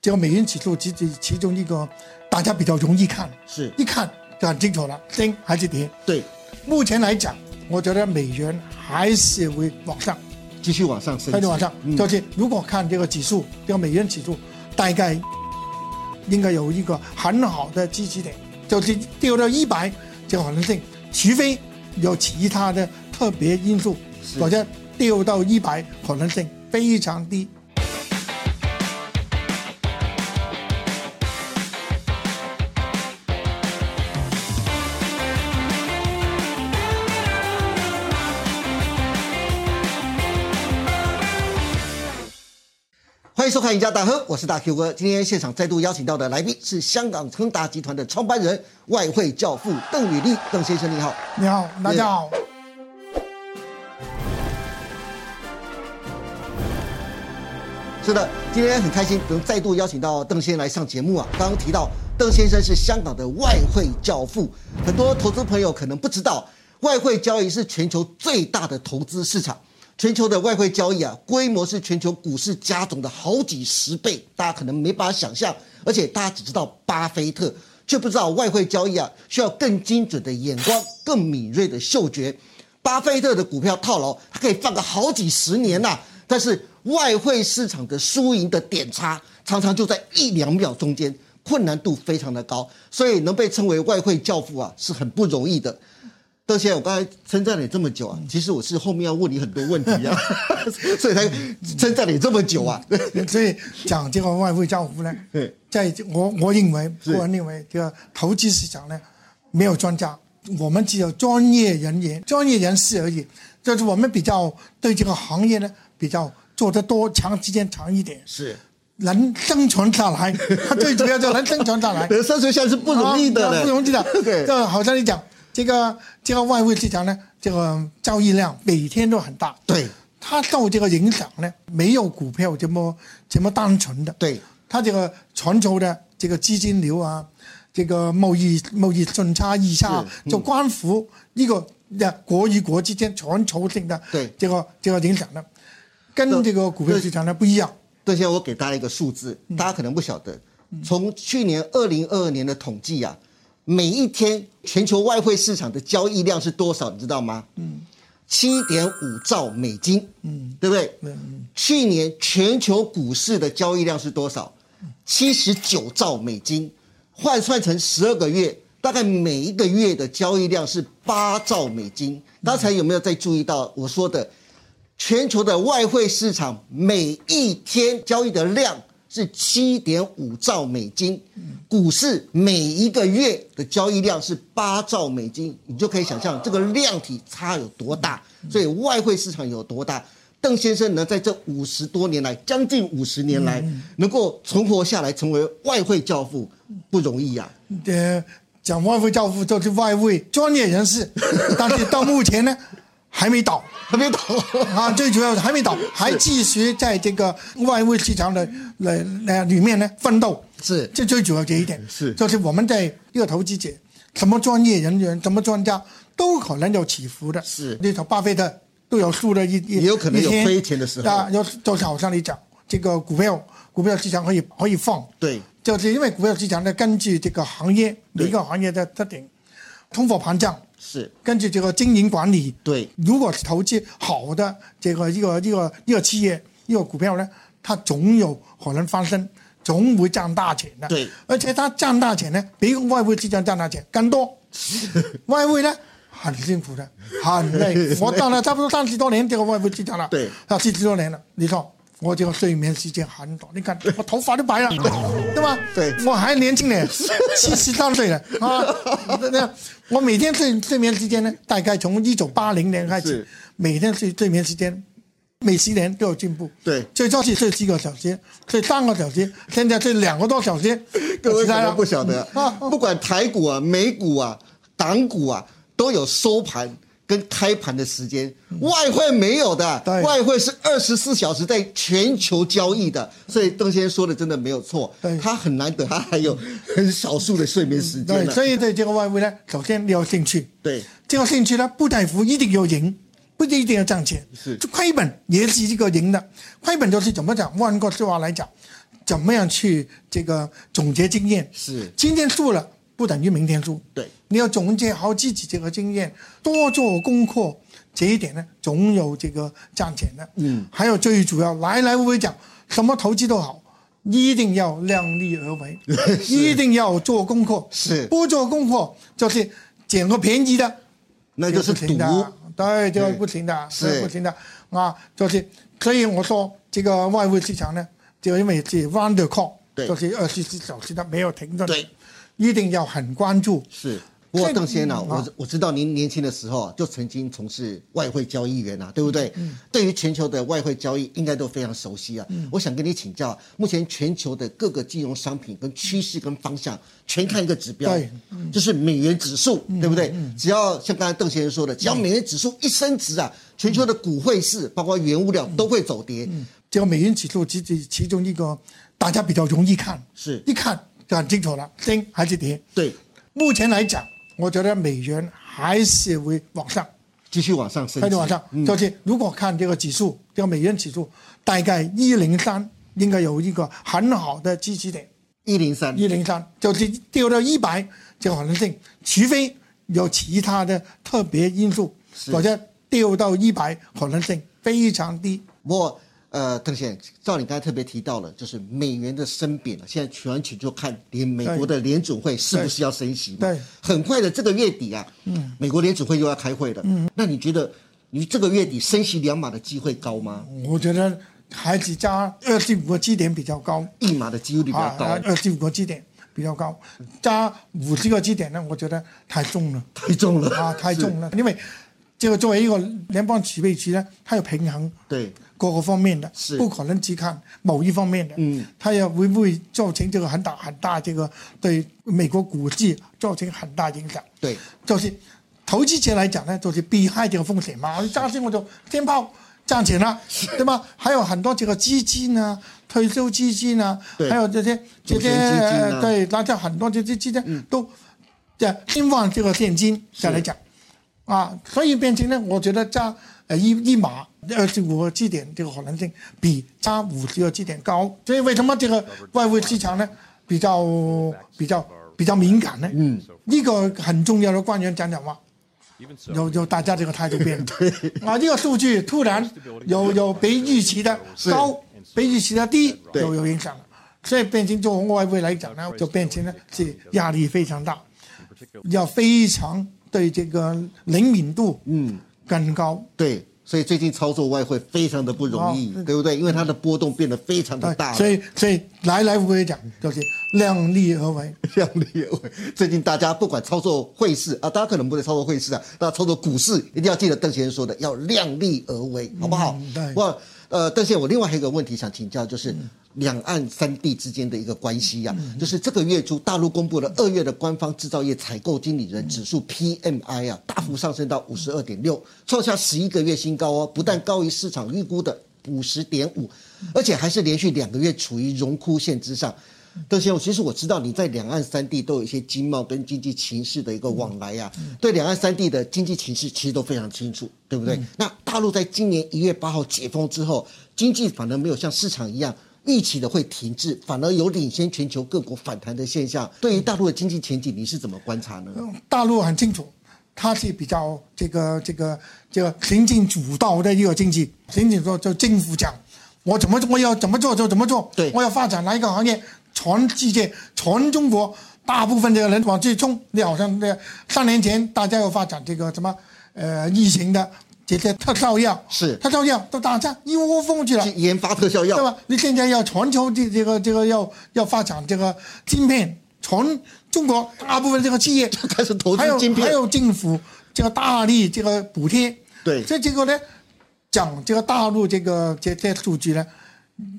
这个美元指数只是其中一个，大家比较容易看，是一看就很清楚了，升还是跌。对，目前来讲，我觉得美元还是会往上，继续往上升，还是往上。嗯就是如果看这个指数，这个美元指数大概应该有一个很好的支持点，就是掉到一百这个可能性，除非有其他的特别因素，是否则掉到一百可能性非常低。欢迎收看《赢家大亨》，我是大 Q 哥。今天现场再度邀请到的来宾是香港亨达集团的创办人、外汇教父邓宇立，邓先生你好。你好，大家好。是的，今天很开心能再度邀请到邓先生来上节目啊。刚刚提到邓先生是香港的外汇教父，很多投资朋友可能不知道，外汇交易是全球最大的投资市场。全球的外汇交易啊，规模是全球股市加总的好几十倍，大家可能没办法想象。而且大家只知道巴菲特，却不知道外汇交易啊需要更精准的眼光、更敏锐的嗅觉。巴菲特的股票套牢，他可以放个好几十年呐、但是外汇市场的输赢的点差，常常就在一两秒中间，困难度非常的高，所以能被称为外汇教父啊，是很不容易的。邓先生，我刚才称赞你这么久啊，其实我是后面要问你很多问题啊，所以才称赞你这么久啊。所以讲这个外汇交互呢对，在我我认为，嗯是个人认为，这个投资市场呢，没有专家，我们只有专业人员、专业人士而已。就是我们比较对这个行业呢，比较做得多，长时间长一点，是，能生存下来， 最主要就能生存下来。人生存下来是 不容易的啊嘞，。不容易的 对，这好像你讲这个这个外汇市场呢，这个交易量每天都很大，对，它受这个影响呢，没有股票这么这么单纯的。对，它这个全球的这个资金流啊，这个贸易贸易顺差逆差，嗯就关乎一个呃国与国之间全球性的对这个这个影响的，这跟这个股票市场呢不一样。邓先生，我给大家一个数字，大家可能不晓得，从去年二零二二年的统计啊，每一天全球外汇市场的交易量是多少？你知道吗？嗯，七点五兆美金，嗯，对不对？去年全球股市的交易量是多少？七十九兆美金，换算成十二个月，大概每一个月的交易量是八兆美金。刚才有没有在注意到我说的？全球的外汇市场每一天交易的量是七点五兆美金，股市每一个月的交易量是八兆美金，你就可以想象这个量体差有多大，所以外汇市场有多大。邓先生呢，在这五十多年来，将近五十年来，能够存活下来，成为外汇教父，不容易啊呀、呃，讲外汇教父就是外汇专业人 士，但是到目前呢还没倒。啊，还没懂。啊，最主要还没倒，还继续在这个外汇市场的来来里面呢奋斗， 是这最主要这一点是就是我们在一个投资者，什么专业人员，什么专家都可能有起伏的，是你从巴菲特都有输的一也也有可能有亏钱的时候啊，有就是好像你讲这个股票股票市场可以可以放，对，就是因为股票市场呢根据这个行业每一个行业的特点，通货膨胀。是，根据这个经营管理，对如果是投资好的这个一个一个一个企业一个股票呢，它总有可能翻身，总会赚大钱的。对，而且它赚大钱呢，比外汇市场赚大钱更 多。外汇呢？很辛苦的，很累。我干了差不多三十多年这个外汇市场了，对啊，四十多年了。你说我这个睡眠时间很短， 你看我头发都白了，对吧？嗯对我还年轻 呢，七十三岁了啊！那那我每天睡睡眠时间呢，大概从一九八零年开始是，每天睡睡眠时间，每十年都有进步。对最早是睡七个小时，睡三个小时，现在睡两个多小时。 各位我知道可了能不晓得啊，不管台股啊、美股啊、港股啊，都有收盘跟开盘的时间。外汇没有的嗯对，外汇是二十四小时在全球交易的。所以邓先生说的真的没有错对，他很难得，他还有很少数的睡眠时间对，呢。所以对这个外汇呢，首先你要兴趣。对，这个兴趣呢，不在乎一定要赢，不一定要赚钱，是就亏本也是一个赢的。亏本就是怎么讲？换个句话来讲，怎么样去这个总结经验。是今天输了不等于明天输，对，你要总结好自己这个经验，多做功课，这一点呢，总有这个赚钱的。嗯，还有最主要，来来回回讲，什么投资都好，一定要量力而 为，一定要做功课。是不做功课就是捡个便宜的，那就是不啊赌行，的，对，就对是不行的，是不行的啊，就是所以我说这个外汇市场呢，就因为是 round the clock，对就是二十四小时的没有停顿，对，一定要很关注，是。不过所以邓先生啊，嗯我我知道您年轻的时候啊就曾经从事外汇交易员嗯啊，对不对？对于全球的外汇交易应该都非常熟悉啊。嗯我想跟你请教啊，目前全球的各个金融商品跟趋势跟方向，全看一个指标对，嗯就是美元指数，对不对？只要像刚才邓先生说的，只嗯要美元指数一升值啊，全球的股汇市包括原物料嗯都会走跌。这个美元指数其实其中一个大家比较容易看，是一看就很清楚了，升还是跌。对，目前来讲，我觉得美元还是会往上，继续往上升值，开始往上。嗯就是如果看这个指数，这个美元指数大概一零三，应该有一个很好的支持点。一零三，一零三，就是掉到一百，这个可能性，除非有其他的特别因素，是否则掉到一百可能性非常低。不过，呃，邓先生，照你刚才特别提到了，就是美元的升贬了，现在全球就看连美国的联准会是不是要升息嘛对对很快的这个月底啊，嗯，美国联准会又要开会了，嗯，那你觉得你这个月底升息两码的机会高吗？我觉得还是加二十五个基点比较高，啊一码的几率比较高，二十五个基点比较高，加五十个基点呢，我觉得太重了。太重了 啊，太重了，因为这个作为一个联邦储备局呢，它要平衡对，各个方面的，是不可能只看某一方面的，嗯，它也会不会造成这个很大很大这个对美国股市造成很大影响？对，就是投资者来讲呢，就是避开这个风险嘛，加息我就先抛。赚钱了，对吧？还有很多这个基金啊，退休基金啊，对还有这些这主些权基金啊呃对，大家很多这些基金都这先放这个现金再来讲。啊，所以变成呢，我觉得加呃一一码二十五个基点这个可能性比加五十个基点高，所以为什么这个外汇市场呢比较比较比较敏感呢？嗯，一个很重要的官员讲讲话，有有大家这个态度 变了，啊，这个数据突然有有比预期的高，比预期的低，对有有影响了，所以变成从外汇来讲呢，就变成了是压力非常大。要非常对这个灵敏度嗯更高，对。所以最近操作外汇非常的不容易，哦对不对？因为它的波动变得非常的大对，了，所以所以来来回回讲就是量力而为， 量力而为。最近大家不管操作汇市啊，大家可能不能操作汇市啊，大家操作股市一定要记得邓先生说的，要量力而为，好不好？嗯对我呃，邓先生，我另外还有一个问题想请教，就是。两岸三地之间的一个关系呀、嗯啊，就是这个月初大陆公布了二月的官方制造业采购经理人指嗯数 PMI 啊，大幅上升到五十二点六，创下十一个月新高哦，不但高于市场预估的五十点五，而且还是连续两个月处于荣枯线之上。邓先生，其实我知道你在两岸三地都有一些经贸跟经济情势的一个往来呀、对两岸三地的经济情势其实都非常清楚，对不对？嗯那大陆在今年一月八号解封之后，经济反而没有像市场一样预期的会停滞，反而有领先全球各国反弹的现象。嗯对于大陆的经济前景，你是怎么观察呢？大陆很清楚，它是比较这个这个这个行政主导的一个经济，行政说就政府讲，我怎么我要怎么做就怎么做，对我要发展哪一个行业，全世界全中国大部分这个人往这冲，你好像这三年前大家要发展这个什么呃疫情的这些特效药，是特效药都大家一窝蜂去了去。研发特效对药，吧？你现在要全球的这个这个要要发展这个晶片，全中国大部分这个企业开始投还有资晶还片，有政府这个大力这个补贴，对所以结果呢，讲这个大陆这个这这数据呢，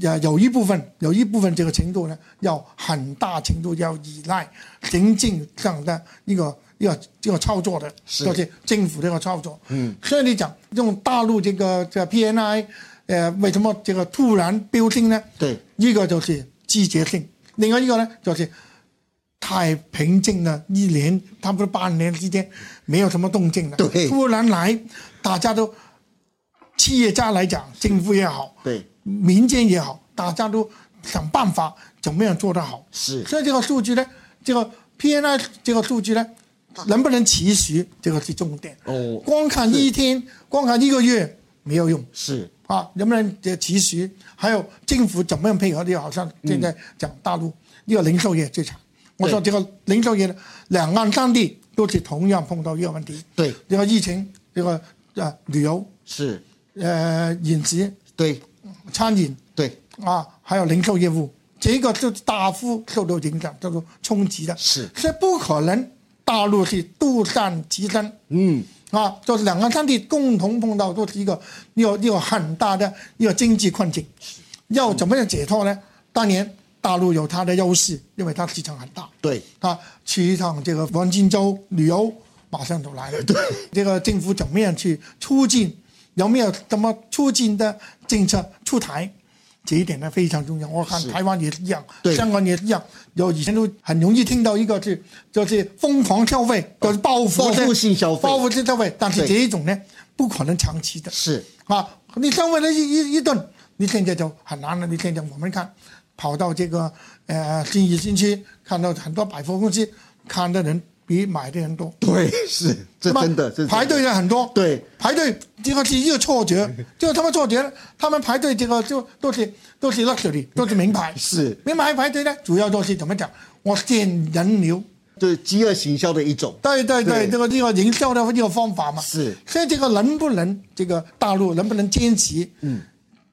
有有一部分有一部分这个程度呢，要很大程度要依赖行政上的一个一个一个操作的，是就是政府这个操作。嗯，所以你讲用大陆这个这个 PNI，呃，为什么这个突然飙升呢？对，一个就是季节性，另外一个呢就是太平静了，一年差不多半年之间没有什么动静了。对突然来，大家都企业家来讲，政府也好，对，民间也好，大家都想办法怎么样做得好。是所以这个数据呢，这个 PNI 这个数据呢，能不能持续，这个是重点。哦光看一天，光看一个月没有用是啊，能不能这持续？还有政府怎么样配合？就好像现在讲大陆那、个零售业最惨。我说这个零售业呢，两岸三地都是同样碰到一个问题。对这个疫情，这个呃旅游、是，呃饮食、对餐饮对啊，还有零售业务，这个是大幅受到影响、受到冲击的。是所以不可能大陆是独善其身。嗯啊，就是两个三地共同碰到，都是一个有有很大的一个经济困境，要怎么样解脱呢？当年大陆有它的优势，因为它市场很大，对啊，去一趟这个黄金周旅游，马上就来了。对，这个政府怎么样去促进，有没有什么促进的政策出台？这一点呢非常重要。我看是台湾也是一样，对香港也是一样。有以前都很容易听到一个是就是疯狂消费，就是报复报复的性消费报复性消费。但是对这一种呢不可能长期的。是啊，你稍微的一一一顿，你现在就很难了。你现在我们看，跑到这个呃新义新区，看到很多百货公司，看的人比买的人多，对是，这是吧真的这排队的很多。对，排队这个是一个错 觉，就是他们错觉了，他们排队这个就都是都是 luxury，都是名牌。是名牌排队呢，主要就是怎么讲，我见人流。就是饥饿行销的一种，对对对，对这个这个营销的这个方法嘛，是所以这个能不能这个大陆能不能坚持？嗯，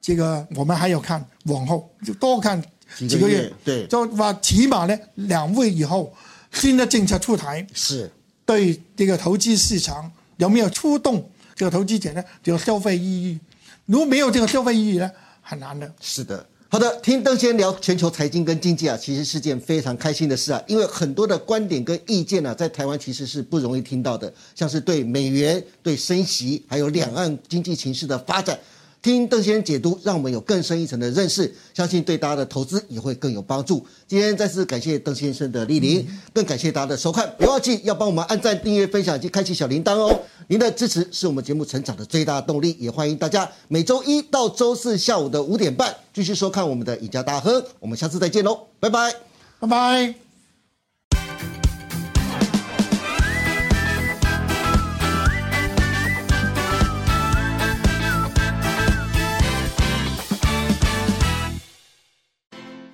这个我们还要看往后，就多看几几个个月月，对就把起码呢两位以后新的政策出台，是对这个投资市场有没有触动这个投资者呢？这个消费意义，如果没有这个消费意义呢，很难的。是的。好的，听邓先生聊全球财经跟经济啊，其实是件非常开心的事啊，因为很多的观点跟意见啊，在台湾其实是不容易听到的，像是对美元、对升息，还有两岸经济形势的发展，听邓先生解读，让我们有更深一层的认识，相信对大家的投资也会更有帮助。今天再次感谢邓先生的莅临，更感谢大家的收看，别忘记要帮我们按赞、订阅、分享及开启小铃铛哦。您的支持是我们节目成长的最大动力，也欢迎大家每周一到周四下午的五点半继续收看我们的赢家大亨。我们下次再见喽，拜拜。拜拜。